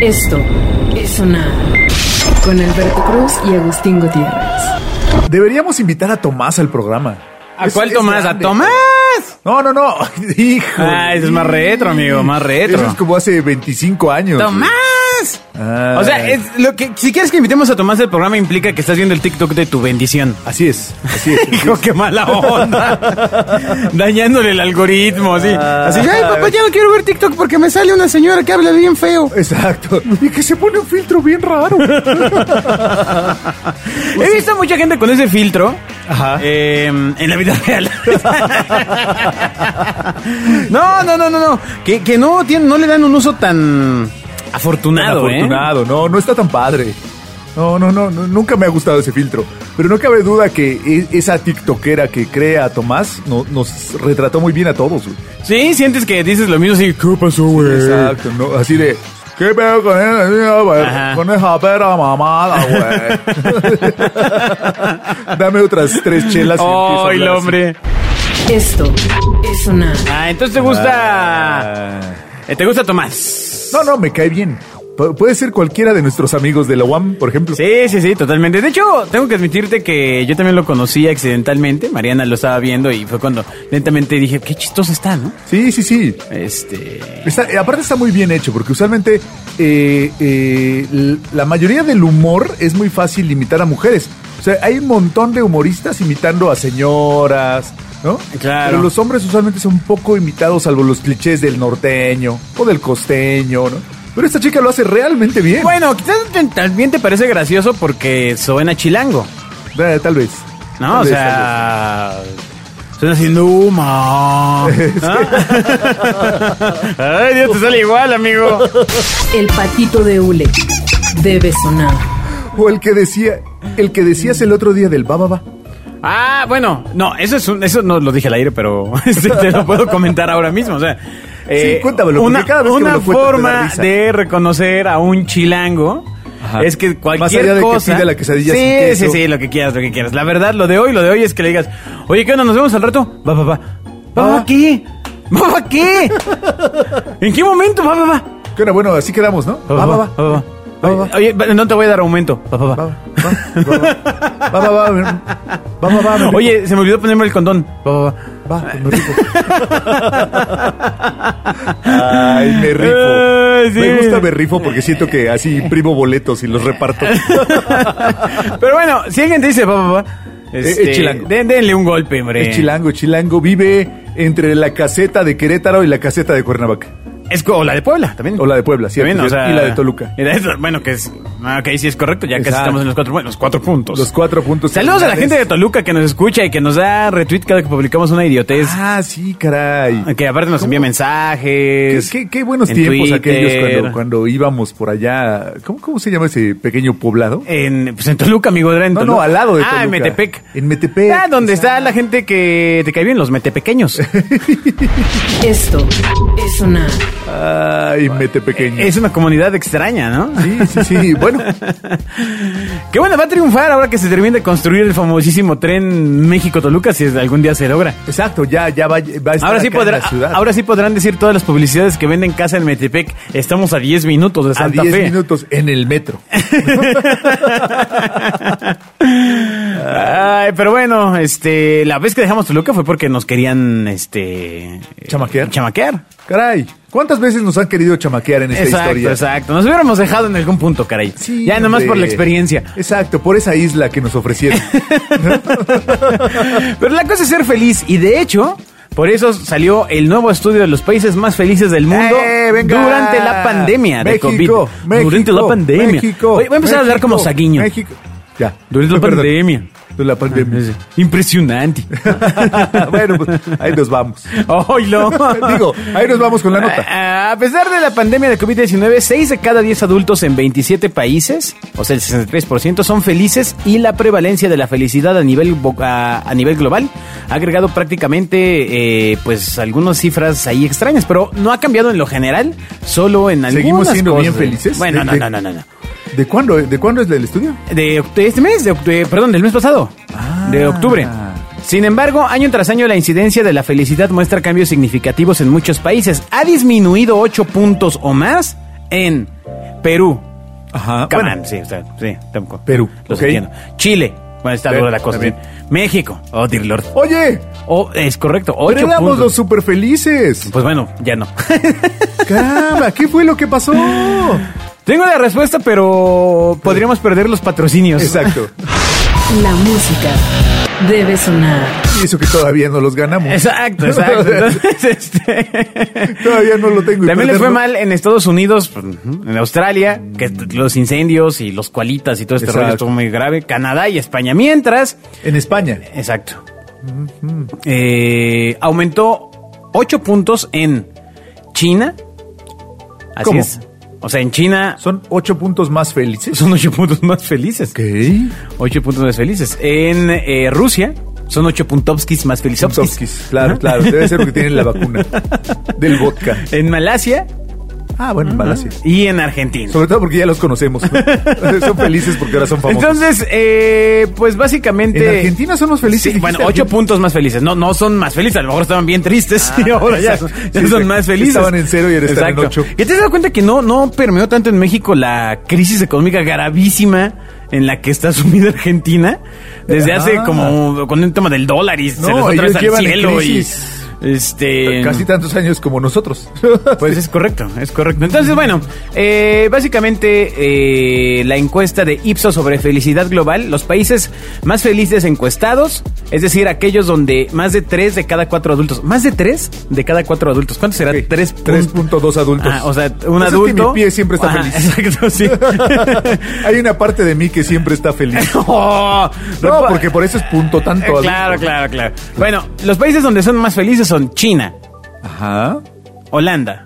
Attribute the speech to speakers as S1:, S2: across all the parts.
S1: Esto es sonar con Alberto Cruz y Agustín Gutiérrez.
S2: Deberíamos invitar a Tomás al programa.
S3: ¿A
S2: Es-
S3: cuál
S2: es
S3: Tomás? ¿A
S2: grande.
S3: Tomás?
S2: No, no, no. Hijo.
S3: Ah, eso es más retro, amigo, más retro.
S2: Eso es como hace 25 años. güey.
S3: ¡Tomás!
S2: Ah.
S3: O sea, es lo que, si quieres que invitemos a Tomás al programa implica que estás viendo el TikTok de tu bendición.
S2: Así es, así es.
S3: Hijo, qué mala onda. Dañándole el algoritmo, así.
S2: Ah.
S3: Así, ay, papá, ya no quiero ver TikTok porque me sale una señora que habla bien feo.
S2: Exacto. Y que se pone un filtro bien raro.
S3: He visto mucha gente con ese filtro.
S2: Pues Ajá.
S3: eh, en la vida real. no, no, no, no, no. Que, que no, tiene, no le dan un uso tan afortunado, ¿eh?
S2: Afortunado, no, no está tan padre. No, no, no, no, nunca me ha gustado ese filtro. Pero no cabe duda que e- esa tiktokera que crea a Tomás no- nos retrató muy bien a todos, güey.
S3: Sí, sientes que dices lo mismo así. ¿Qué pasó, güey?
S2: Exacto, ¿no? Así de... ¿Qué pedo con esa, güey?
S3: Ajá.
S2: Con esa pera mamada, güey. Dame otras tres chelas. y empiezo a hablar
S3: ¡Ay, el
S2: así.
S3: hombre!
S1: Esto es sonar
S3: Ah, entonces te gusta.
S2: Ah.
S3: eh, ¿Te gusta Tomás?
S2: No, no, me cae bien. Pu- puede ser cualquiera de nuestros amigos de la UAM, por ejemplo.
S3: Sí, sí, sí, totalmente. De hecho, tengo que admitirte que yo también lo conocí accidentalmente. Mariana lo estaba viendo y fue cuando lentamente dije, qué chistoso está, ¿no?
S2: Sí, sí, sí.
S3: Este.
S2: Está- eh, aparte está muy bien hecho, porque usualmente eh, eh, l- la mayoría del humor es muy fácil imitar a mujeres. O sea, hay un montón de humoristas imitando a señoras, ¿no?
S3: Claro.
S2: Pero los hombres usualmente son poco imitados, salvo los clichés del norteño o del costeño, ¿no? Pero esta chica lo hace realmente bien.
S3: Bueno, quizás te- también te parece gracioso porque suena chilango,
S2: Eh, tal vez. Tal
S3: ¿no? o
S2: vez,
S3: sea. Suena así, no, ma". ¿No? Ay, Dios, te sale igual, amigo.
S1: El patito de hule debe sonar.
S2: tal vez. O el que decía, el que decías el otro día del bababa.
S3: Ah, bueno, no, eso es un, eso no lo dije al aire, pero este, te lo puedo comentar ahora mismo. O sea, eh,
S2: cuéntamelo, porque
S3: Una,
S2: cada vez que
S3: una
S2: me lo cuentas me da
S3: forma
S2: risa.
S3: de reconocer a un chilango
S2: Ajá.
S3: es que cualquier
S2: allá de que
S3: cosa.
S2: pida la quesadilla
S3: sí,
S2: sin queso.
S3: sí, sí, lo que quieras, lo que quieras. La verdad, lo de hoy, lo de hoy es que le digas, oye, ¿qué onda? Nos vemos al rato. Va, va, va. Va, va,
S2: Ah.
S3: ¿qué? Va, va, ¿qué? ¿En qué momento? Va, va, va.
S2: Que era bueno, así quedamos, ¿no?
S3: Va, va, va, va, va.
S2: va, va.
S3: Oye, no te voy a dar aumento. Va, va, va.
S2: Va, va, va, va, va, va, va, va, va, va,
S3: Oye, se me olvidó ponerme el condón. Va, va, va.
S2: va, me rico. Ay, me rifo.
S3: Ay, Eh, sí.
S2: Me gusta me rifo porque siento que así imprimo boletos y los reparto.
S3: Pero bueno, si alguien te dice, va, va, va, este,
S2: es chilango.
S3: den- denle un golpe, hombre.
S2: El chilango, chilango vive entre la caseta de Querétaro y la caseta de Cuernavaca.
S3: Es co- o la de Puebla también.
S2: O la de Puebla, ¿cierto?
S3: También, o sea, eh,
S2: y la de Toluca.
S3: y la de- bueno, que es. ah, Ok, sí es correcto, ya casi
S2: Exacto.
S3: estamos en los cuatro, bueno, los cuatro puntos.
S2: Los cuatro puntos.
S3: pues, Saludos a la gente de Toluca que nos escucha y que nos da retweet cada que publicamos una idiotez.
S2: Ah, sí, caray.
S3: que aparte nos envía
S2: Qué, Ah.
S3: mensajes.
S2: qué- qué buenos
S3: en
S2: tiempos
S3: Twitter.
S2: aquellos cuando, cuando íbamos por allá. ¿Cómo, ¿Cómo se llama ese pequeño poblado?
S3: En, pues en Toluca, amigo. era en
S2: No,
S3: Toluca.
S2: no, al lado de
S3: Ah, en
S2: Toluca.
S3: Metepec.
S2: En Metepec,
S3: Ah, donde
S2: exacto.
S3: está la gente que te cae bien, los metepequeños.
S1: Esto es sonar.
S2: Ay, mete pequeño.
S3: es una comunidad extraña, ¿no?
S2: Sí, sí, sí. Bueno,
S3: Que bueno, va a triunfar ahora que se termine de construir el famosísimo tren México-Toluca, si algún día se logra.
S2: exacto, ya, ya va, va a estar
S3: Ahora sí,
S2: acá
S3: podrá-
S2: en la ciudad.
S3: ahora sí podrán decir todas las publicidades que venden casa en Metepec. Estamos a 10 minutos de
S2: a
S3: Santa
S2: 10
S3: Fe.
S2: minutos en el metro.
S3: Ay, pero bueno, este, la vez que dejamos Toluca fue porque nos querían, este...
S2: ¿Chamaquear?
S3: eh, Chamaquear.
S2: Caray, ¿cuántas veces nos han querido chamaquear en esta
S3: exacto,
S2: historia?
S3: exacto. Nos hubiéramos dejado en algún punto, caray.
S2: Sí,
S3: ya nomás
S2: hombre.
S3: por la experiencia. Eh,
S2: Exacto, por esa isla que nos ofrecieron.
S3: Pero la cosa es ser feliz y de hecho... Por eso salió el nuevo estudio de los países más felices del mundo
S2: ¡Eh, venga!
S3: durante la pandemia de
S2: México,
S3: COVID.
S2: México,
S3: durante la pandemia.
S2: México,
S3: Oye, voy a empezar a hablar
S2: México,
S3: como Saguiño.
S2: México. Ya.
S3: Durante la
S2: Perdón.
S3: pandemia. Ah,
S2: Durante la pandemia.
S3: Impresionante.
S2: bueno, pues, ahí nos vamos.
S3: Oilo.
S2: Digo, ahí nos vamos con la nota.
S3: Ah, A a pesar de la pandemia de COVID-19, 6 de cada 10 adultos en 27 países, o sea, el 63%, son felices y la prevalencia de la felicidad a nivel, bo- a, a nivel global ha agregado prácticamente, eh, pues, algunas cifras ahí extrañas, pero no ha cambiado en lo general, solo en algunas
S2: ¿Seguimos siendo
S3: cosas.
S2: bien felices?
S3: Bueno, no,
S2: De-
S3: no, no, no. no.
S2: ¿De cuándo, ¿De cuándo es el estudio?
S3: De, oct- de este mes, de, oct- de- perdón, del mes pasado,
S2: Ah.
S3: de octubre. Sin embargo, año tras año la incidencia de la felicidad muestra cambios significativos en muchos países. Ha disminuido 8 puntos o más en Perú.
S2: Ajá.
S3: Come
S2: bueno,
S3: on, Ah, sí, está, sí, tampoco.
S2: Perú,
S3: Los
S2: ok.
S3: entiendo. Chile. Bueno, está
S2: Sí,
S3: dura la cosa.
S2: también.
S3: sí. México. Oh, dear lord.
S2: Oye,
S3: Oh, es correcto.
S2: pero
S3: Ocho
S2: éramos
S3: puntos.
S2: los super felices.
S3: Pues bueno, ya no.
S2: Caramba, ¿qué fue lo que pasó?
S3: Tengo la respuesta, pero podríamos perder los patrocinios.
S2: Exacto.
S1: La música debe sonar.
S2: Y eso que todavía no los ganamos.
S3: Exacto, exacto. Entonces, este...
S2: Todavía no lo tengo. y
S3: También les fue
S2: perderlo.
S3: mal en Estados Unidos, pues, ujú, en Australia, que t- los incendios y los cualitas y todo este
S2: Exacto.
S3: rollo estuvo muy grave. Canadá y España. Mientras,
S2: En España.
S3: exacto, eh, aumentó 8 puntos en China. Así
S2: ¿Cómo?
S3: es. O sea, en China
S2: Son ocho puntos más felices.
S3: son 8 puntos más felices.
S2: Ok.
S3: 8 puntos más felices. En eh, Rusia son 8 puntovskis más felices.
S2: Topskis. Claro, claro. Debe ser porque tienen la vacuna del vodka.
S3: En Malasia
S2: Ah, bueno, en Malasia.
S3: y en Argentina.
S2: Sobre todo porque ya los conocemos. son felices porque ahora son famosos.
S3: Entonces, eh, pues básicamente.
S2: en Argentina somos felices.
S3: Sí, bueno,
S2: dijiste,
S3: ocho
S2: Argentina.
S3: puntos más felices. No, no son más felices. A lo mejor estaban bien tristes y ahora ya,
S2: Ah, exacto.
S3: ya
S2: Sí,
S3: son
S2: sí.
S3: más felices.
S2: Estaban en cero y ahora están en ocho.
S3: ¿Y te has dado cuenta que no, no permeó tanto en México la crisis económica gravísima en la que está sumida Argentina? Desde
S2: Ah.
S3: hace como con el tema del dólar y
S2: No,
S3: se les otra
S2: ellos
S3: vez al
S2: llevan en
S3: cielo y
S2: crisis
S3: este
S2: Casi tantos años como nosotros.
S3: pues es correcto, es correcto. Entonces, bueno, eh, básicamente eh, la encuesta de Ipsos sobre felicidad global, los países más felices encuestados, es decir, aquellos donde más de tres de cada cuatro adultos, más de tres de cada cuatro adultos, ¿cuánto será?
S2: Sí,
S3: Tres pun-
S2: 3.2 adultos.
S3: Ah, o sea, un
S2: Pues es que
S3: adulto.
S2: mi pie siempre está
S3: Ajá,
S2: feliz.
S3: Exacto, sí.
S2: Hay una parte de mí que siempre está feliz.
S3: Oh,
S2: No,
S3: recuerda-
S2: porque por eso es punto tanto.
S3: Eh,
S2: adulto.
S3: Claro, claro, claro. Bueno, los países donde son más felices son China,
S2: Ajá.
S3: Holanda,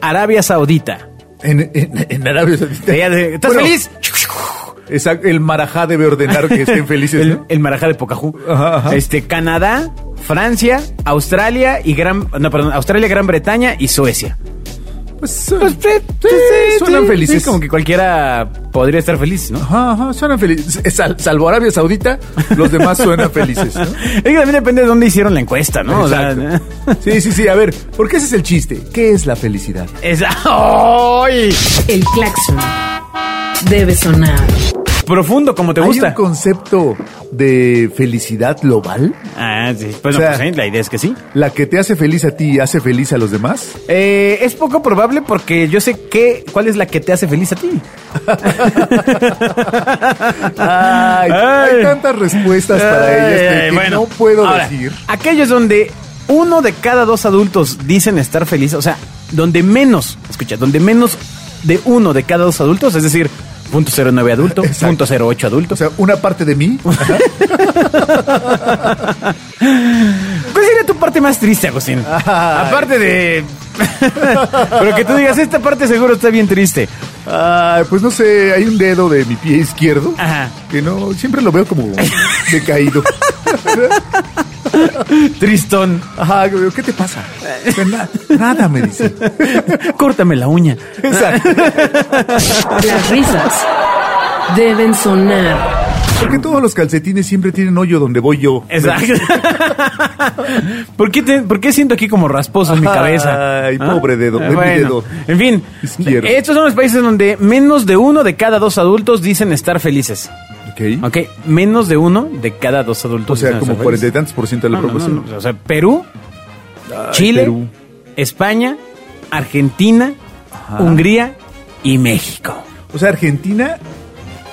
S3: Arabia Saudita.
S2: En, en- en Arabia Saudita.
S3: Ella de- ¿Estás
S2: Bueno,
S3: feliz?
S2: exacto, el marajá debe ordenar que estén felices.
S3: el,
S2: ¿no?
S3: el marajá de Pocahú.
S2: Ajá, ajá.
S3: Este, Canadá, Francia, Australia y Gran. No, perdón, Australia, Gran Bretaña y Suecia.
S2: Pues, sí,
S3: Sí,
S2: sí, suenan
S3: sí,
S2: felices.
S3: sí, como que cualquiera podría estar feliz, ¿no?
S2: Ajá, ajá, suenan felices. Eh, sal- salvo Arabia Saudita, los demás suenan felices. ¿no?
S3: Es que también depende de dónde hicieron la encuesta, ¿no? O sea,
S2: Exacto. Sí, sí, sí. A ver, porque ese es el chiste. ¿Qué es la felicidad?
S3: es- ¡Ay!
S1: El claxon debe sonar.
S3: Profundo, como te
S2: ¿Hay
S3: gusta.
S2: un concepto de felicidad global?
S3: Ah, sí. Pues,
S2: O
S3: no,
S2: sea-
S3: pues, sí, la idea es que sí.
S2: ¿La que te hace feliz a ti y hace feliz a los demás?
S3: Eh, es poco probable porque yo sé que, cuál es la que te hace feliz a ti.
S2: Ay,
S3: Ay.
S2: hay tantas respuestas para ellas que-
S3: Ay,
S2: que
S3: bueno,
S2: no puedo
S3: ahora,
S2: decir.
S3: Aquellos donde uno de cada dos adultos dicen estar feliz, o sea, donde menos, escucha, donde menos de uno de cada dos adultos, es decir, punto cero nueve adulto,
S2: Exacto.
S3: punto cero ocho adulto.
S2: O sea, una parte de mí.
S3: ¿Cuál sería tu parte más triste, Agustín?
S2: Ay.
S3: Aparte de. Pero que tú digas, esta parte seguro está bien triste.
S2: Ay, pues no sé, hay un dedo de mi pie izquierdo
S3: Ajá.
S2: que no, siempre lo veo como decaído.
S3: Tristón.
S2: Ajá, que veo, ¿qué te pasa? Que na- nada me dice.
S3: Córtame la uña.
S2: Exacto.
S1: Las risas deben sonar.
S2: Porque todos los calcetines siempre tienen hoyo donde voy yo.
S3: Exacto. ¿Por, qué te- por qué siento aquí como rasposo en mi
S2: Ay,
S3: cabeza? ¿Ah?
S2: pobre dedo, de mi dedo
S3: En fin,
S2: izquierdo.
S3: estos son los países donde menos de uno de cada dos adultos dicen estar felices.
S2: Ok.
S3: Ok, menos de uno de cada dos
S2: O
S3: adultos.
S2: sea,
S3: dicen
S2: como
S3: estar
S2: cuarenta y
S3: felices.
S2: tantos por ciento de la
S3: No, no,
S2: población.
S3: no, no. O sea, Perú, Chile,
S2: Perú.
S3: España, Argentina, Hungría y México.
S2: O sea, Argentina,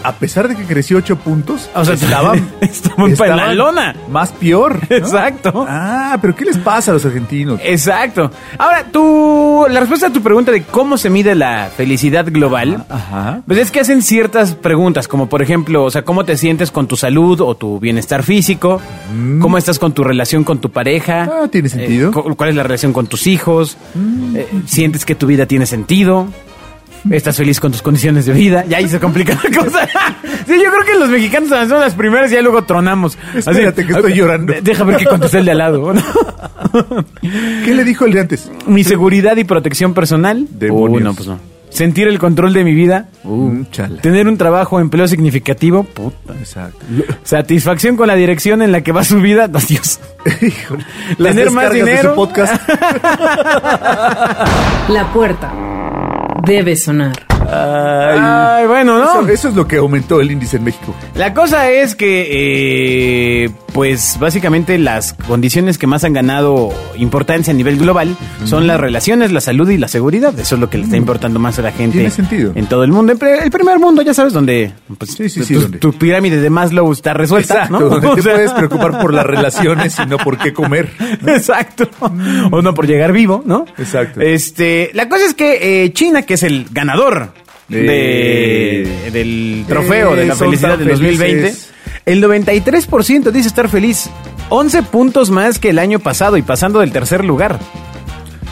S2: a pesar de que creció ocho puntos,
S3: Ah, O sea,
S2: estaban,
S3: estaban pa' la lona.
S2: Más peor. ¿no?
S3: Exacto.
S2: Ah, pero ¿qué les pasa a los argentinos?
S3: Exacto. Ahora, tú, la respuesta a tu pregunta de cómo se mide la felicidad global,
S2: Ajá, ajá.
S3: pues es que hacen ciertas preguntas, como por ejemplo, o sea, cómo te sientes con tu salud o tu bienestar físico, cómo estás con tu relación con tu pareja,
S2: Mm. Ah, tiene sentido. Mm.
S3: eh, cu- cuál es la relación con tus hijos, eh, sientes que tu vida tiene sentido. ¿Estás feliz con tus condiciones de vida? Ya ahí se complica la cosa. Sí, yo creo que los mexicanos son las primeras y ya luego tronamos. Así,
S2: Espérate, que estoy
S3: "Ay,
S2: llorando".
S3: Deja ver qué contesta el de al lado. ¿no?
S2: ¿Qué le dijo el de antes?
S3: Mi seguridad y protección personal.
S2: Demonios.
S3: Uh, no, pues no. Sentir el control de mi vida.
S2: Uh, chala.
S3: Tener un trabajo, empleo significativo. Puta.
S2: Exacto.
S3: Satisfacción con la dirección en la que va su vida. Adiós.
S2: Híjole.
S3: Tener
S2: Las descargas
S3: más
S2: de su
S3: dinero.
S2: podcast.
S1: La puerta debe sonar.
S3: Ay, bueno, ¿no?
S2: Eso, eso es lo que aumentó el índice en México.
S3: La cosa es que, eh, pues básicamente las condiciones que más han ganado importancia a nivel global son las relaciones, la salud y la seguridad. Eso es lo que le está importando más a la gente.
S2: Mm. Tiene sentido.
S3: En todo el mundo. En pre- El primer mundo, ya sabes, donde pues,
S2: Sí, sí, sí,
S3: tu,
S2: donde-
S3: tu pirámide de Maslow está resuelta.
S2: Exacto,
S3: ¿no?
S2: donde
S3: O
S2: te
S3: sea-
S2: puedes preocupar por las relaciones y no por qué comer.
S3: Exacto. O no por llegar vivo, ¿no?
S2: Mm. Exacto.
S3: Este, la cosa es que eh, China, que es el ganador de,
S2: Eh.
S3: del trofeo
S2: Eh,
S3: de la
S2: son
S3: felicidad
S2: tan
S3: de 2020,
S2: felices.
S3: el 93% dice estar feliz. 11 puntos más que el año pasado y pasando del tercer lugar.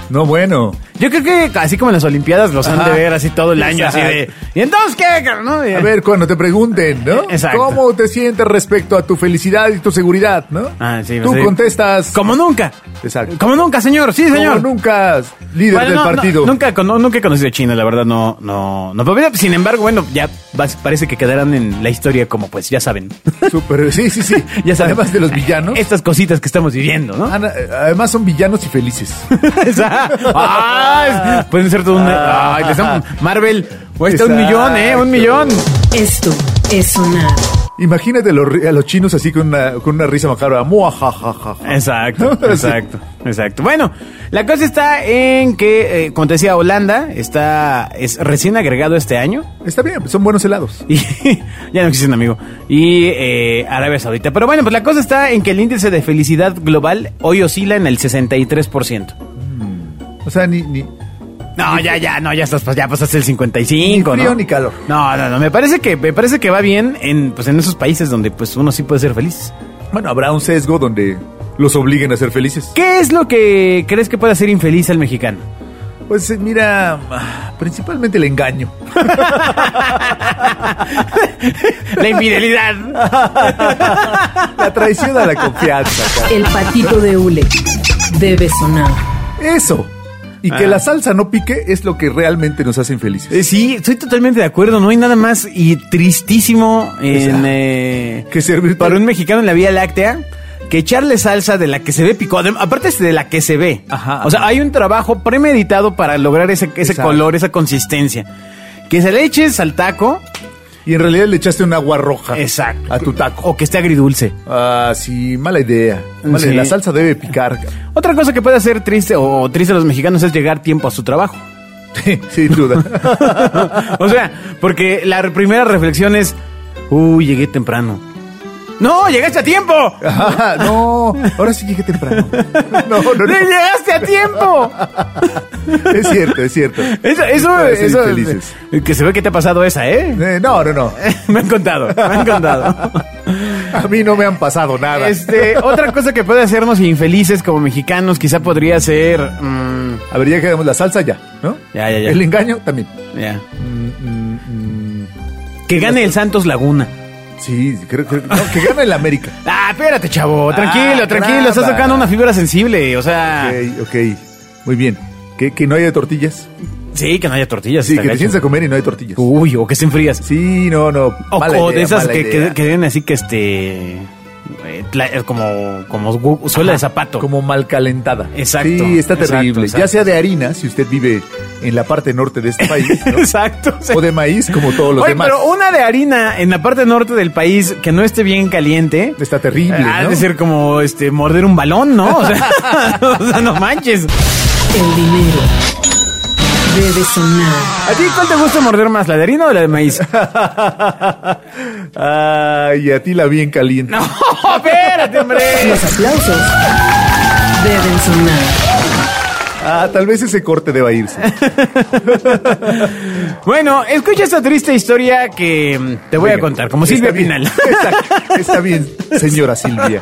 S2: No, bueno.
S3: Yo creo que así como en las Olimpiadas los han
S2: Ajá.
S3: de ver así todo el año, así de... ¿Y entonces qué? car-?" ¿no?
S2: A ver, cuando te pregunten, ¿no?
S3: Exacto.
S2: ¿Cómo te sientes respecto a tu felicidad y tu seguridad, no?
S3: Ah, sí,
S2: Tú
S3: sí.
S2: contestas.
S3: Como nunca.
S2: Exacto.
S3: Como nunca, señor. Sí,
S2: como
S3: señor.
S2: nunca líder
S3: Bueno,
S2: del
S3: no, no,
S2: partido.
S3: nunca, cono- nunca he conocido a China, la verdad, no, no, no. pero, Sin embargo, bueno, ya vas- parece que quedarán en la historia como, pues, ya saben.
S2: Súper, sí, sí, sí.
S3: ya saben.
S2: Además de los villanos. Ah,
S3: Estas cositas que estamos viviendo, ¿no?
S2: Ana- además son villanos y felices.
S3: Esa- Ah, es- pueden ser todo un...
S2: Ah.
S3: Ay, les damos- Marvel, o está un
S2: Exacto.
S3: millón, ¿eh? Un millón.
S1: Esto es sonar.
S2: Imagínate a los, ri- a los chinos así con una, con una risa macabra. Muajajaja.
S3: Exacto, exacto, exacto. Bueno, la cosa está en que, eh, como te decía, Holanda está es recién agregado este año.
S2: Está bien, son buenos helados.
S3: Y ya no existe un amigo. Y eh, Arabia Saudita. Pero bueno, pues la cosa está en que el índice de felicidad global hoy oscila en el 63%.
S2: O sea, ni, ni
S3: No, ya, ya, no, ya estás, pas- ya pasaste el 55,
S2: Ni frío
S3: ¿no?
S2: ni calor.
S3: No, no, no, me parece que, me parece que va bien en, pues, en esos países donde, pues, uno sí puede ser feliz.
S2: Bueno, habrá un sesgo donde los obliguen a ser felices.
S3: ¿Qué es lo que crees que puede hacer infeliz al mexicano?
S2: Pues eh, mira, ah, principalmente el engaño.
S3: La infidelidad.
S2: La traición a la confianza. cara.
S1: El patito de hule debe sonar.
S2: Eso. Y que
S3: Ah.
S2: la salsa no pique es lo que realmente nos hace infelices.
S3: Eh, Sí, estoy totalmente de acuerdo. No hay nada más y tristísimo en,
S2: O sea,
S3: eh,
S2: que servir
S3: para un mexicano en la Vía Láctea que echarle salsa de la que se ve picó. Adem- Aparte es de la que se ve.
S2: Ajá,
S3: o sea, hay un trabajo premeditado para lograr ese, ese
S2: Exacto.
S3: color, esa consistencia. Que se le eches al taco.
S2: Y en realidad le echaste un agua roja. A tu taco.
S3: O que esté agridulce.
S2: Ah, sí, mala idea. Mala
S3: Sí.
S2: idea. La salsa debe picar. cara.
S3: Otra cosa que puede hacer triste o triste a los mexicanos es llegar tiempo a su trabajo.
S2: Sí, Sin duda.
S3: o sea, porque la re- primera reflexión es, uy, llegué temprano. No, llegaste a tiempo.
S2: Ajá, Ah, no, ahora sí llegué temprano. No, no,
S3: ¡Le
S2: no.
S3: llegaste a tiempo!
S2: Es cierto, es cierto.
S3: Eso, eso,
S2: Para ser
S3: eso-
S2: infelices.
S3: que se ve que te ha pasado esa, ¿eh?
S2: Eh, no, no, no.
S3: me han contado, me han contado.
S2: A mí no me han pasado nada.
S3: Este, otra cosa que puede hacernos infelices como mexicanos, quizá podría ser. mm,
S2: A ver, ya quedamos la salsa ya, ¿no?
S3: Ya, ya, ya.
S2: El engaño también.
S3: ya. Que gane el Santos Laguna.
S2: Sí, creo, creo- no, que gane el América.
S3: Ah, espérate, chavo. Tranquilo,
S2: Ah,
S3: tranquilo. Estás
S2: caramba.
S3: tocando una fibra sensible. O sea,
S2: Ok, ok. Muy bien. Que, que no haya tortillas.
S3: sí, que no haya tortillas.
S2: Sí,
S3: Pues está
S2: que te
S3: gacho.
S2: sientes a comer y no hay tortillas.
S3: Uy, o que estén frías.
S2: Sí, no, no.
S3: O,
S2: mala
S3: o
S2: idea,
S3: de esas
S2: mala
S3: que, que,
S2: idea.
S3: que vienen así que este. eh, tla- eh, como, como gu- suela de zapato.
S2: Como mal calentada.
S3: Exacto,
S2: Sí, está
S3: exacto,
S2: terrible.
S3: exacto.
S2: Ya sea de harina, si usted vive en la parte norte de este país, ¿no?
S3: Exacto. sí.
S2: o de maíz, como todos los
S3: Oye,
S2: demás.
S3: pero una de harina en la parte norte del país que no esté bien caliente.
S2: Está terrible,
S3: Ah, ha
S2: ¿no?
S3: de ser como este morder un balón, ¿no? O sea, o sea, no manches.
S1: El dinero debe sonar.
S3: ¿A ti cuál te gusta morder más, la de harina o la de maíz?
S2: Ay, a ti la bien caliente.
S3: No, espérate, hombre.
S1: Los aplausos deben sonar.
S2: Ah, tal vez ese corte deba irse.
S3: Bueno, escucha esta triste historia que mm, te voy a
S2: Venga.
S3: contar, como
S2: Está
S3: Silvia
S2: bien.
S3: Pinal.
S2: Está, está bien, señora Silvia.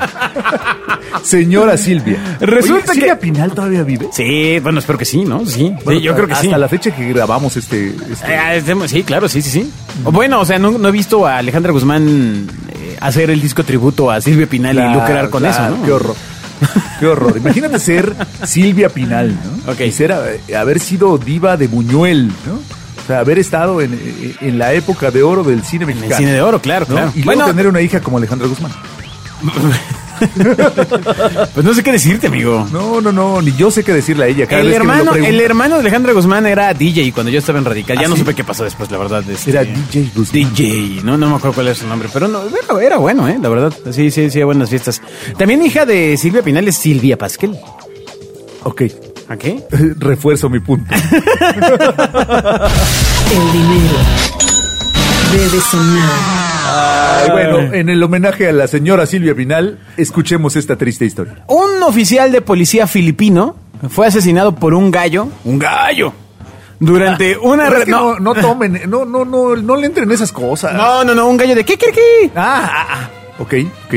S2: señora Silvia.
S3: Resulta
S2: Oye,
S3: que-
S2: ¿Silvia Pinal todavía vive?
S3: Sí, bueno, espero que sí, ¿no? Sí, sí,
S2: Bueno,
S3: yo creo que
S2: hasta
S3: sí.
S2: la fecha que grabamos este... este-
S3: Ah, este- Sí, claro, sí, sí, sí. O Bueno, o sea, no, no he visto a Alejandra Guzmán eh, hacer el disco tributo a Silvia Pinal y
S2: Claro,
S3: lucrar con
S2: claro,
S3: eso, ¿no?
S2: Qué horror. Qué horror. Imagínate ser Silvia Pinal, ¿no?
S3: Ok.
S2: Y ser, eh, haber sido diva de Buñuel, ¿no? O sea, haber estado en, eh, en la época de oro del cine
S3: En el
S2: mexicano.
S3: cine de oro, claro,
S2: ¿no?
S3: claro.
S2: Y luego
S3: Bueno,
S2: tener una hija como Alejandra Guzmán.
S3: Pues no sé qué decirte, amigo.
S2: No, no, no, ni yo sé qué decirle a ella. Cada
S3: El
S2: vez que me lo
S3: hermano,
S2: pregunta.
S3: el hermano de Alejandra Guzmán era DJ cuando yo estaba en Radical. Ya
S2: ¿Ah,
S3: no
S2: sí?
S3: supe qué pasó después, la verdad. este,
S2: Era DJ Guzmán.
S3: DJ, no, no me acuerdo cuál era su nombre, pero no, era, era bueno, ¿eh? La verdad. Sí, sí, sí, buenas fiestas. También hija de Silvia Pinal es Silvia Pasquel.
S2: Ok,
S3: ¿A qué?
S2: refuerzo mi punto.
S1: El dinero debe sonar.
S2: Ay, bueno, en el homenaje a la señora Silvia Pinal, escuchemos esta triste historia.
S3: Un oficial de policía filipino fue asesinado por un gallo. ¡Un gallo! Durante una...
S2: Ah, Pero es
S3: re-
S2: que no, ah. no tomen, no, no, no, no le entren esas cosas.
S3: No, no, no, un gallo de qué, qué, qué.
S2: Ah, ah, ah. Ok, ok.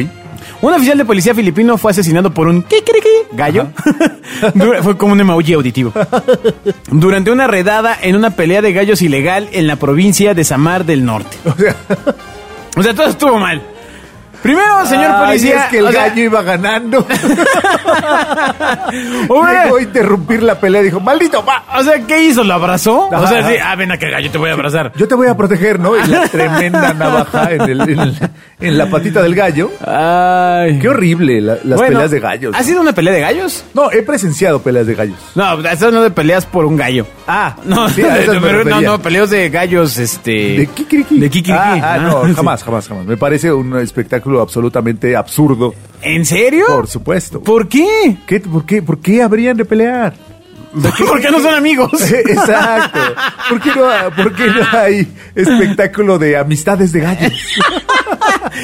S3: Un oficial de policía filipino fue asesinado por un qué, qué, qué, gallo. Dura- fue como un emaulli auditivo. Durante una redada en una pelea de gallos ilegal en la provincia de Samar del Norte.
S2: O sea,
S3: O sea, todo estuvo mal. Primero, señor
S2: ay,
S3: policía,
S2: es que el
S3: o sea,
S2: gallo iba ganando.
S3: hombre,
S2: Llegó a interrumpir la pelea. Dijo, maldito, va.
S3: o sea, ¿qué hizo? ¿Lo abrazó? o
S2: Ajá,
S3: sea, sí,
S2: ajá.
S3: ah, ven acá, gallo, te voy a abrazar.
S2: Yo te voy a proteger, ¿no? Y la tremenda navaja en, el- en el- en la patita del gallo.
S3: Ay.
S2: Qué horrible la- las
S3: Bueno,
S2: peleas de gallos.
S3: ¿Ha sido una pelea de gallos?
S2: No, he presenciado peleas de gallos.
S3: No, eso no de peleas por un gallo.
S2: Ah,
S3: No,
S2: sí, a esas me
S3: pero no,
S2: refería.
S3: no, peleos de gallos, este...
S2: De Kikiriki.
S3: De Kikiriki.
S2: Ah, ah,
S3: Ah, sí.
S2: no, jamás, jamás, jamás. Me parece un espectáculo absolutamente absurdo.
S3: ¿En serio?
S2: Por supuesto.
S3: ¿Por qué?
S2: ¿Qué- por, qué, ¿Por qué habrían de pelear?
S3: ¿Por qué no son amigos?
S2: Exacto. ¿Por qué, no, por qué no hay espectáculo de amistades de gallos?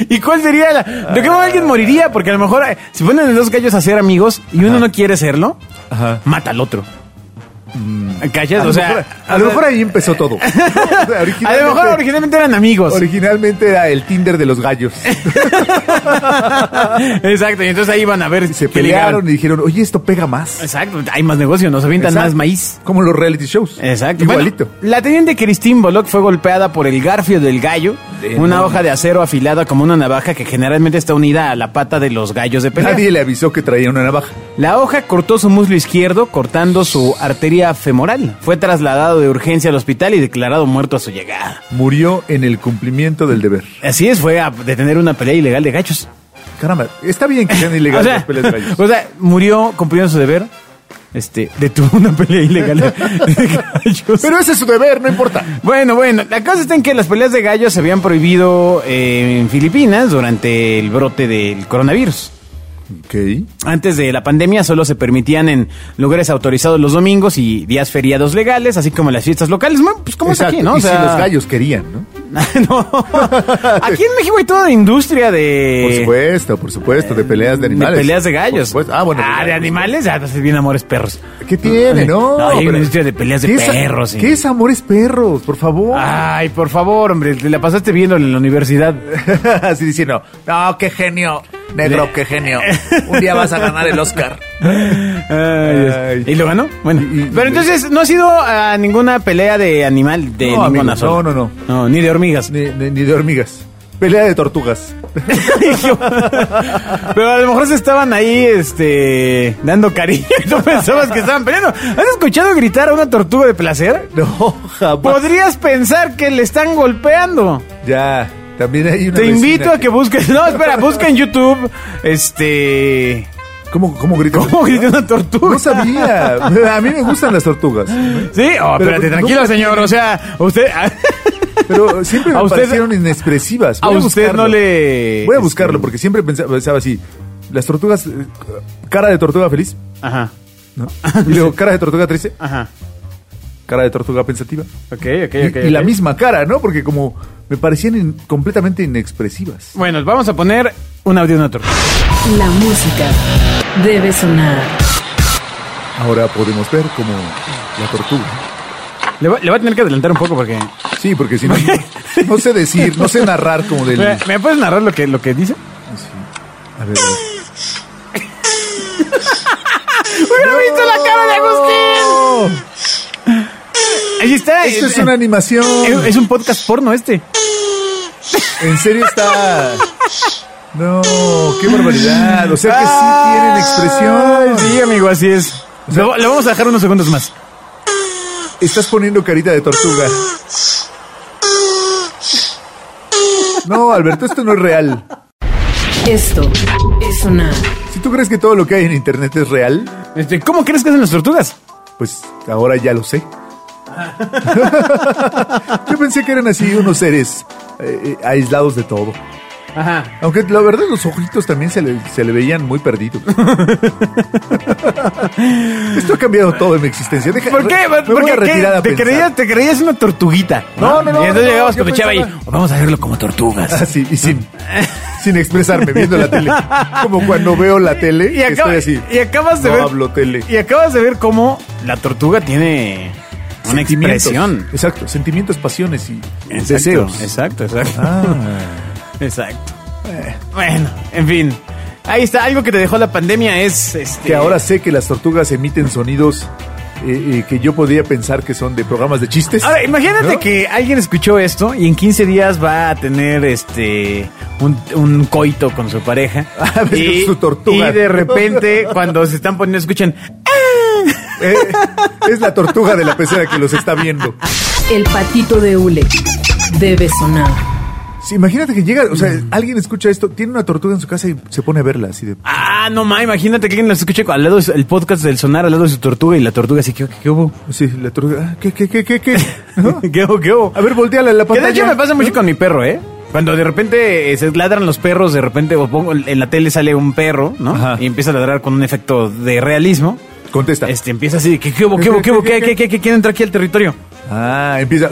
S3: ¿Y cuál sería la...? ¿De qué modo alguien moriría? Porque a lo mejor eh, si ponen dos gallos a ser amigos y uno
S2: Ajá.
S3: no quiere serlo,
S2: Ajá.
S3: mata al otro. ¿Cachas?
S2: Mm. A lo,
S3: O sea...
S2: mejor, a
S3: o
S2: lo
S3: sea,
S2: mejor ahí empezó todo. O sea,
S3: a lo mejor
S2: originalmente-
S3: originalmente eran amigos.
S2: Originalmente era el Tinder de los gallos.
S3: Exacto, y entonces ahí van a ver
S2: Se
S3: qué ligaban.
S2: pelearon y dijeron, oye, esto pega más.
S3: Exacto, hay más negocio, nos avientan
S2: Exacto.
S3: más maíz.
S2: Como los reality shows.
S3: Exacto.
S2: Igualito.
S3: Bueno, la teniente Christine Bollock fue golpeada por el garfio del gallo,
S2: De
S3: una
S2: enorme.
S3: hoja de acero afilada como una navaja que generalmente está unida a la pata de los gallos de pelea.
S2: Nadie le avisó que traía una navaja.
S3: La hoja cortó su muslo izquierdo, cortando su arteria femoral. Fue trasladado de urgencia al hospital y declarado muerto a su llegada.
S2: Murió en el cumplimiento del deber.
S3: Así es, fue a detener una pelea ilegal de gachos.
S2: Caramba, está bien que sean ilegales
S3: o, sea,
S2: las peleas de gallos.
S3: o sea, murió cumpliendo su deber. Este, detuvo una pelea ilegal de gachos.
S2: Pero ese es su deber, no importa.
S3: Bueno, bueno, la cosa está en que las peleas de gallos se habían prohibido eh, en Filipinas durante el brote del coronavirus.
S2: Ok.
S3: Antes de la pandemia solo se permitían en lugares autorizados los domingos y días feriados legales, así como en las fiestas locales. Bueno, pues como es
S2: Exacto.
S3: aquí, ¿no? O
S2: Y
S3: sea,
S2: si los gallos querían, ¿no?
S3: no. Aquí en México hay toda la industria de...
S2: Por supuesto, por supuesto, de peleas de animales.
S3: Eh, De peleas de
S2: Por
S3: gallos.
S2: supuesto. Ah, bueno.
S3: Ah, de
S2: gallos.
S3: animales. Ah, pues bien amores perros.
S2: ¿Qué tiene? No.
S3: No, hay una
S2: pero-
S3: industria de peleas de
S2: ¿Qué es-
S3: perros, sí. Ah.
S2: ¿Qué es amores perros? Por favor.
S3: Ay, por favor, hombre, te la pasaste viendo en la universidad.
S2: Así diciendo, no, qué genio, negro, qué genio. Un día vas a ganar el Oscar.
S3: Ay, Dios.
S2: Ay.
S3: Y lo ganó. Bueno.
S2: Y- y-
S3: pero entonces no ha sido a ninguna pelea de animal de
S2: No,
S3: ninguna
S2: amigo,
S3: sola.
S2: no, no,
S3: ni de hormigas.
S2: Ni, ni- ni de hormigas. Pelea de tortugas.
S3: pero a lo mejor se estaban ahí, este, dando cariño. Y tú pensabas que estaban peleando. ¿Has escuchado gritar a una tortuga de placer?
S2: No, jamás.
S3: Podrías pensar que le están golpeando.
S2: Ya, también hay una
S3: Te
S2: vecina
S3: invito a que busques. No, espera, busca en YouTube. Este.
S2: ¿Cómo, cómo gritó?
S3: ¿Cómo grita una tortuga?
S2: No sabía. A mí me gustan las tortugas.
S3: Sí, oh,
S2: Pero-
S3: espérate, tranquilo,
S2: no-
S3: señor. O sea, usted. ah,
S2: Pero siempre
S3: A
S2: me
S3: usted-
S2: parecieron inexpresivas.
S3: A
S2: Voy
S3: usted
S2: buscarlo.
S3: no le. este,
S2: Voy a buscarlo porque siempre pensa- pensaba así. Las tortugas, eh, cara de tortuga feliz,
S3: Ajá,
S2: ¿no? Y luego cara de tortuga triste,
S3: ajá.
S2: cara de tortuga pensativa.
S3: Ok, ok, ok.
S2: Y, y la
S3: ok.
S2: misma cara, ¿no? Porque como me parecían in- completamente inexpresivas.
S3: Bueno, vamos a poner un audio en otro.
S1: La música debe sonar.
S2: Ahora podemos ver como la tortuga.
S3: Le va, le va a tener que adelantar un poco porque.
S2: Sí, porque si no, no, no sé decir, no sé narrar como del...
S3: ¿Me, me puedes narrar lo que, lo que dice?
S2: A ver,
S3: ¡Hubiera visto la cara de Agustín!
S2: ¡Oh!
S3: Ahí está.
S2: Esto es una animación.
S3: es- es un podcast porno este.
S2: En serio está... No, qué barbaridad. O sea que sí tienen
S3: Ay,
S2: expresión.
S3: Sí, amigo, así es. Lo- le vamos a dejar unos segundos más.
S2: Estás poniendo carita de tortuga. No, Alberto, esto no es real.
S1: Esto es sonar.
S2: Si tú crees que todo lo que hay en internet es real,
S3: Este, ¿Cómo crees que hacen las tortugas?
S2: pues ahora ya lo sé. Yo pensé que eran así unos seres eh, eh, aislados de todo.
S3: Ajá.
S2: Aunque la verdad los ojitos también se le, se le veían muy perdidos. Esto ha cambiado todo en mi existencia. Deja-
S3: ¿Por qué?
S2: me voy
S3: ¿Por
S2: a
S3: qué?
S2: retirar a
S3: te,
S2: pensar.
S3: creías, te creías una tortuguita.
S2: No, no, no,
S3: Y entonces
S2: no,
S3: llegabas
S2: yo
S3: con tu chava y
S2: pensaba-
S3: vamos a verlo como tortugas.
S2: Así, Ah, y sin, sin expresarme, viendo la tele. Como cuando veo la tele,
S3: Y,
S2: que
S3: acaba-
S2: estoy así.
S3: y acabas de
S2: no
S3: ver.
S2: hablo tele.
S3: Y acabas de ver cómo la tortuga tiene una
S2: Sentimientos.
S3: expresión.
S2: Exacto, sentimientos, pasiones y
S3: Exacto,
S2: deseos.
S3: Exacto, exacto.
S2: Ah,
S3: Exacto. Bueno, en fin. Ahí está, algo que te dejó la pandemia es este,
S2: que ahora sé que las tortugas emiten sonidos eh, eh, que yo podía pensar que son de programas de chistes.
S3: Ahora, imagínate
S2: ¿No?
S3: que alguien escuchó esto y en 15 días va a tener este un, un coito con su pareja.
S2: Ah, ves que es su tortuga.
S3: y de repente, cuando se están poniendo, escuchan. "Ah".
S2: Eh, es la tortuga de la pecera que los está viendo.
S1: El patito de hule debe sonar.
S2: Sí, imagínate que llega, o sea, alguien escucha esto, tiene una tortuga en su casa y se pone a verla así de.
S3: Ah, no ma, imagínate que alguien los escuche al lado de su- el podcast del sonar al lado de su tortuga y la tortuga así que qué hubo.
S2: Sí, la tortuga. ah, ¿Qué, qué, qué, qué, qué? ¿No?
S3: ¿Qué hubo? ¿Qué hubo?
S2: A ver, volteala la
S3: Que de
S2: pantalla.
S3: hecho me pasa mucho con mi perro, ¿eh? Cuando de repente eh, se ladran los perros, de repente o pongo- en la tele sale un perro, ¿no?
S2: Ajá.
S3: Y empieza a ladrar con un efecto de realismo.
S2: Contesta.
S3: Este empieza así, de que qué hubo, qué hubo, qué hubo, qué, qué, qué, qué, quién entra aquí al territorio?
S2: Ah, empieza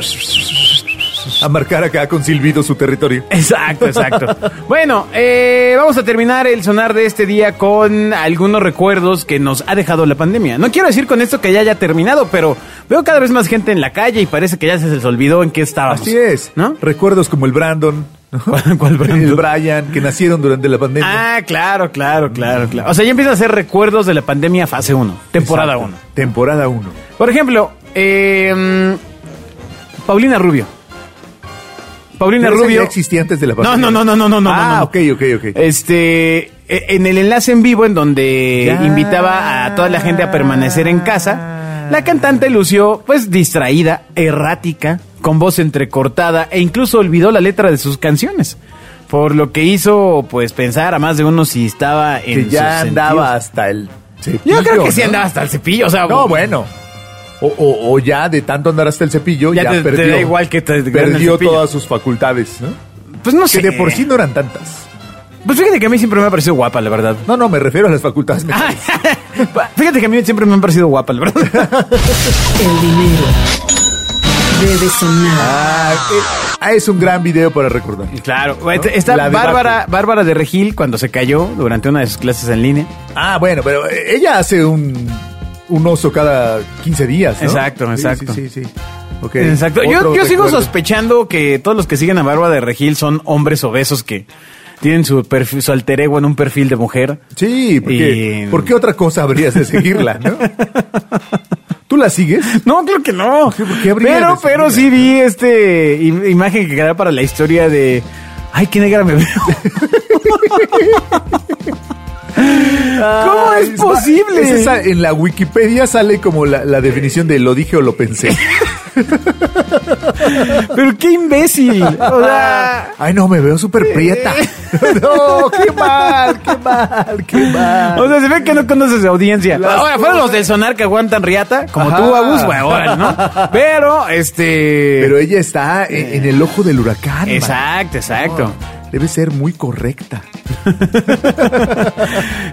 S2: a marcar acá con silbido su territorio.
S3: Exacto, exacto. bueno, eh, vamos a terminar el sonar de este día con algunos recuerdos que nos ha dejado la pandemia. No quiero decir con esto que ya haya terminado, pero veo cada vez más gente en la calle y parece que ya se les olvidó en qué estábamos.
S2: Así es.
S3: ¿No?
S2: Recuerdos como el Brandon. ¿no?
S3: ¿Cuál- cuál Brandon?
S2: El Brian, que nacieron durante la pandemia.
S3: Ah, claro, claro, claro, claro. O sea, ya empieza a hacer recuerdos de la pandemia fase 1, temporada
S2: Exacto.
S3: 1.
S2: Temporada 1.
S3: Por ejemplo, eh, mm, Paulina Rubio. Paulina Rubio.
S2: Ya existía antes de la
S3: No,
S2: pandemia.
S3: no, no, no, no, no, no.
S2: Ah,
S3: no, no.
S2: ok, ok, ok.
S3: Este, e- en el enlace en vivo en donde
S2: Ya.
S3: invitaba a toda la gente a permanecer en casa, la cantante lució, pues, distraída, errática, con voz entrecortada e incluso olvidó la letra de sus canciones. Por lo que hizo, pues, pensar a más de uno si estaba en
S2: que ya
S3: sus
S2: andaba
S3: sentidos.
S2: hasta el.
S3: Yo creo que
S2: se
S3: sí andaba hasta el cepillo, o sea,
S2: No, bueno. O, o- o ya de tanto andar hasta el cepillo, ya,
S3: Ya te- te
S2: perdió.
S3: da igual que te- en el
S2: perdió
S3: cepillo.
S2: todas sus facultades, ¿no?
S3: pues no sé.
S2: Que de por sí no eran tantas.
S3: Pues fíjate que a mí siempre me ha parecido guapa, la verdad.
S2: No, no, me refiero a las facultades mentales.
S3: fíjate que a mí siempre me han parecido guapa, la verdad.
S1: El dinero debe sonar.
S2: Ah, eh, ah, es un gran video para recordar.
S3: Claro, está
S2: La de
S3: Bárbara,
S2: Baco.
S3: Bárbara de Regil cuando se cayó durante una de sus clases en línea.
S2: Ah, bueno, pero eh, ella hace un, un oso cada 15 días, ¿no?
S3: Exacto,
S2: Sí,
S3: exacto.
S2: Sí, sí, sí. Ok,
S3: Exacto.
S2: otro
S3: Yo, yo sigo
S2: recuerdo.
S3: sospechando que todos los que siguen a Bárbara de Regil son hombres obesos que tienen su perfil, su alter ego en un perfil de mujer.
S2: Sí, porque
S3: Y-
S2: ¿por qué otra cosa habrías de seguirla, no? ¿Tú la sigues?
S3: No, creo que no.
S2: ¿Por qué habría de
S3: pero,
S2: ser
S3: pero
S2: negra?
S3: sí vi este im- imagen que quedará para la historia de. Ay, qué negra me veo. ¿Cómo es
S2: Ay,
S3: posible?
S2: es esa- en la Wikipedia sale como la, la definición de lo dije o lo pensé.
S3: Pero qué imbécil. O sea,
S2: Ay, no, me veo súper prieta. No, qué mal, qué mal, qué mal.
S3: o sea, se ve que no conoces de audiencia.
S2: Las
S3: ahora fueron los del sonar que aguantan riata, como tú,
S2: Ajá.
S3: Agus, bueno, ahora, ¿no? Pero, este.
S2: Pero ella está en, en el ojo del huracán. man.
S3: exacto, exacto.
S2: Debe ser muy correcta.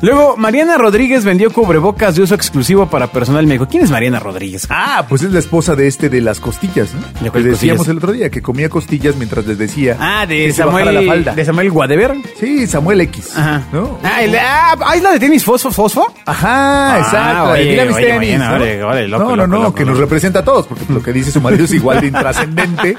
S3: Luego, Mariana Rodríguez vendió cubrebocas de uso exclusivo para personal médico. ¿Quién es Mariana Rodríguez?
S2: Ah, pues es la esposa de este de las costillas, ¿no?
S3: ¿De
S2: Le
S3: cuál
S2: decíamos
S3: costillas?
S2: el otro día que comía costillas mientras les decía.
S3: Ah, de
S2: que se
S3: Samuel.
S2: bajara la falda.
S3: De Samuel Guadever.
S2: Sí, Samuel X.
S3: Ajá.
S2: ¿no?
S3: Ah, el- ah, ah, ¿es la de tenis fosfo, fosfo?
S2: Ajá,
S3: Ah,
S2: exacto.
S3: oye,
S2: Mira mis
S3: oye,
S2: tenis,
S3: bueno,
S2: ¿no?
S3: vale, vale, loco,
S2: no, no,
S3: loco,
S2: no,
S3: loco,
S2: que nos
S3: loco.
S2: representa a todos, porque lo que dice su marido es igual de intrascendente,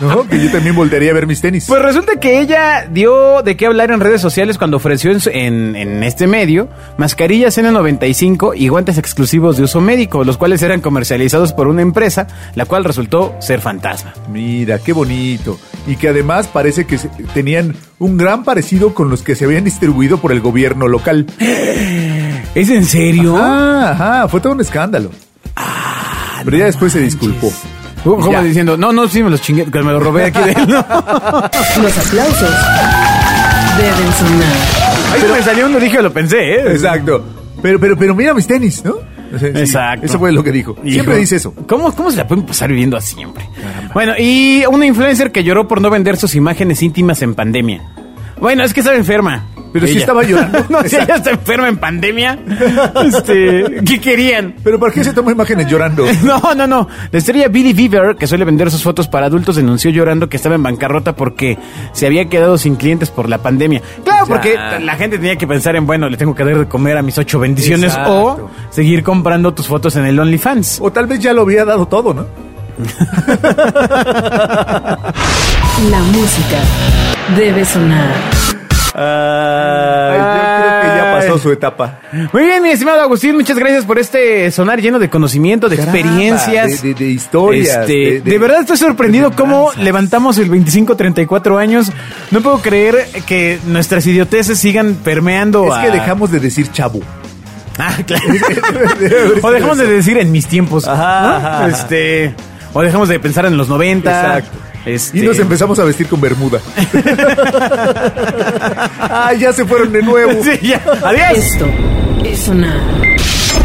S2: ¿no? Que yo también voltearía a ver mis tenis.
S3: Pues resulta que ella dio de qué hablar en redes sociales cuando ofreció en, su- en- en este medio mascarillas N95 y guantes exclusivos de uso médico, los cuales eran comercializados por una empresa, la cual resultó ser fantasma.
S2: Mira, qué bonito. Y que además parece que se- tenían un gran parecido con los que se habían distribuido por el gobierno local.
S3: ¿Eh? ¿Es en serio?
S2: Ah, ajá, fue todo un escándalo.
S3: Ah,
S2: Pero ya después se disculpó.
S3: Como como
S2: Ya.
S3: diciendo, no, no, sí me los chingué, que me los robé aquí de él. ¿no?
S1: Los aplausos deben sonar.
S3: Ahí se me salió uno, dije, lo pensé, ¿eh?
S2: Exacto. Pero, pero, pero mira mis tenis, ¿no? O sea, sí,
S3: Exacto.
S2: eso fue lo que dijo. Siempre
S3: Hijo,
S2: dice eso.
S3: ¿Cómo, ¿Cómo se la pueden pasar viviendo así, hombre? Bueno, y una influencer que lloró por no vender sus imágenes íntimas en pandemia. Bueno, es que estaba enferma.
S2: Pero sí estaba llorando.
S3: no, si ella está enferma en pandemia. Este, ¿Qué querían?
S2: Pero ¿para qué se toma imágenes llorando?
S3: No, no, no. La estrella Billy Bieber, que suele vender sus fotos para adultos, denunció llorando que estaba en bancarrota porque se había quedado sin clientes por la pandemia. Claro, porque la gente tenía que pensar en, bueno, le tengo que dar de comer a mis ocho bendiciones
S2: Exacto.
S3: o seguir comprando tus fotos en el OnlyFans.
S2: O tal vez ya lo había dado todo, ¿no?
S1: La música debe sonar.
S2: Ay, yo creo que ya pasó su etapa.
S3: Muy bien, mi estimado Agustín, muchas gracias por este sonar lleno de conocimiento, de
S2: Caramba,
S3: experiencias.
S2: de- de- de historias,
S3: Este,
S2: de-
S3: de,
S2: de-
S3: verdad estoy sorprendido
S2: de
S3: cómo
S2: remembranzas.
S3: levantamos el 25-34 años. No puedo creer que nuestras idioteces sigan permeando.
S2: Es que
S3: a-
S2: dejamos de decir chavo.
S3: Ah, claro. o dejamos de decir en mis tiempos.
S2: Ajá,
S3: ¿no?
S2: ajá, ajá.
S3: Este, o dejamos de pensar en los 90.
S2: Exacto.
S3: Este,
S2: Y nos empezamos a vestir con bermuda. ah, ya se fueron de nuevo.
S3: Sí, ya. Adiós.
S1: Esto es sonar.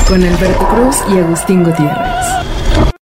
S1: Con Alberto Cruz y Agustín Gutiérrez.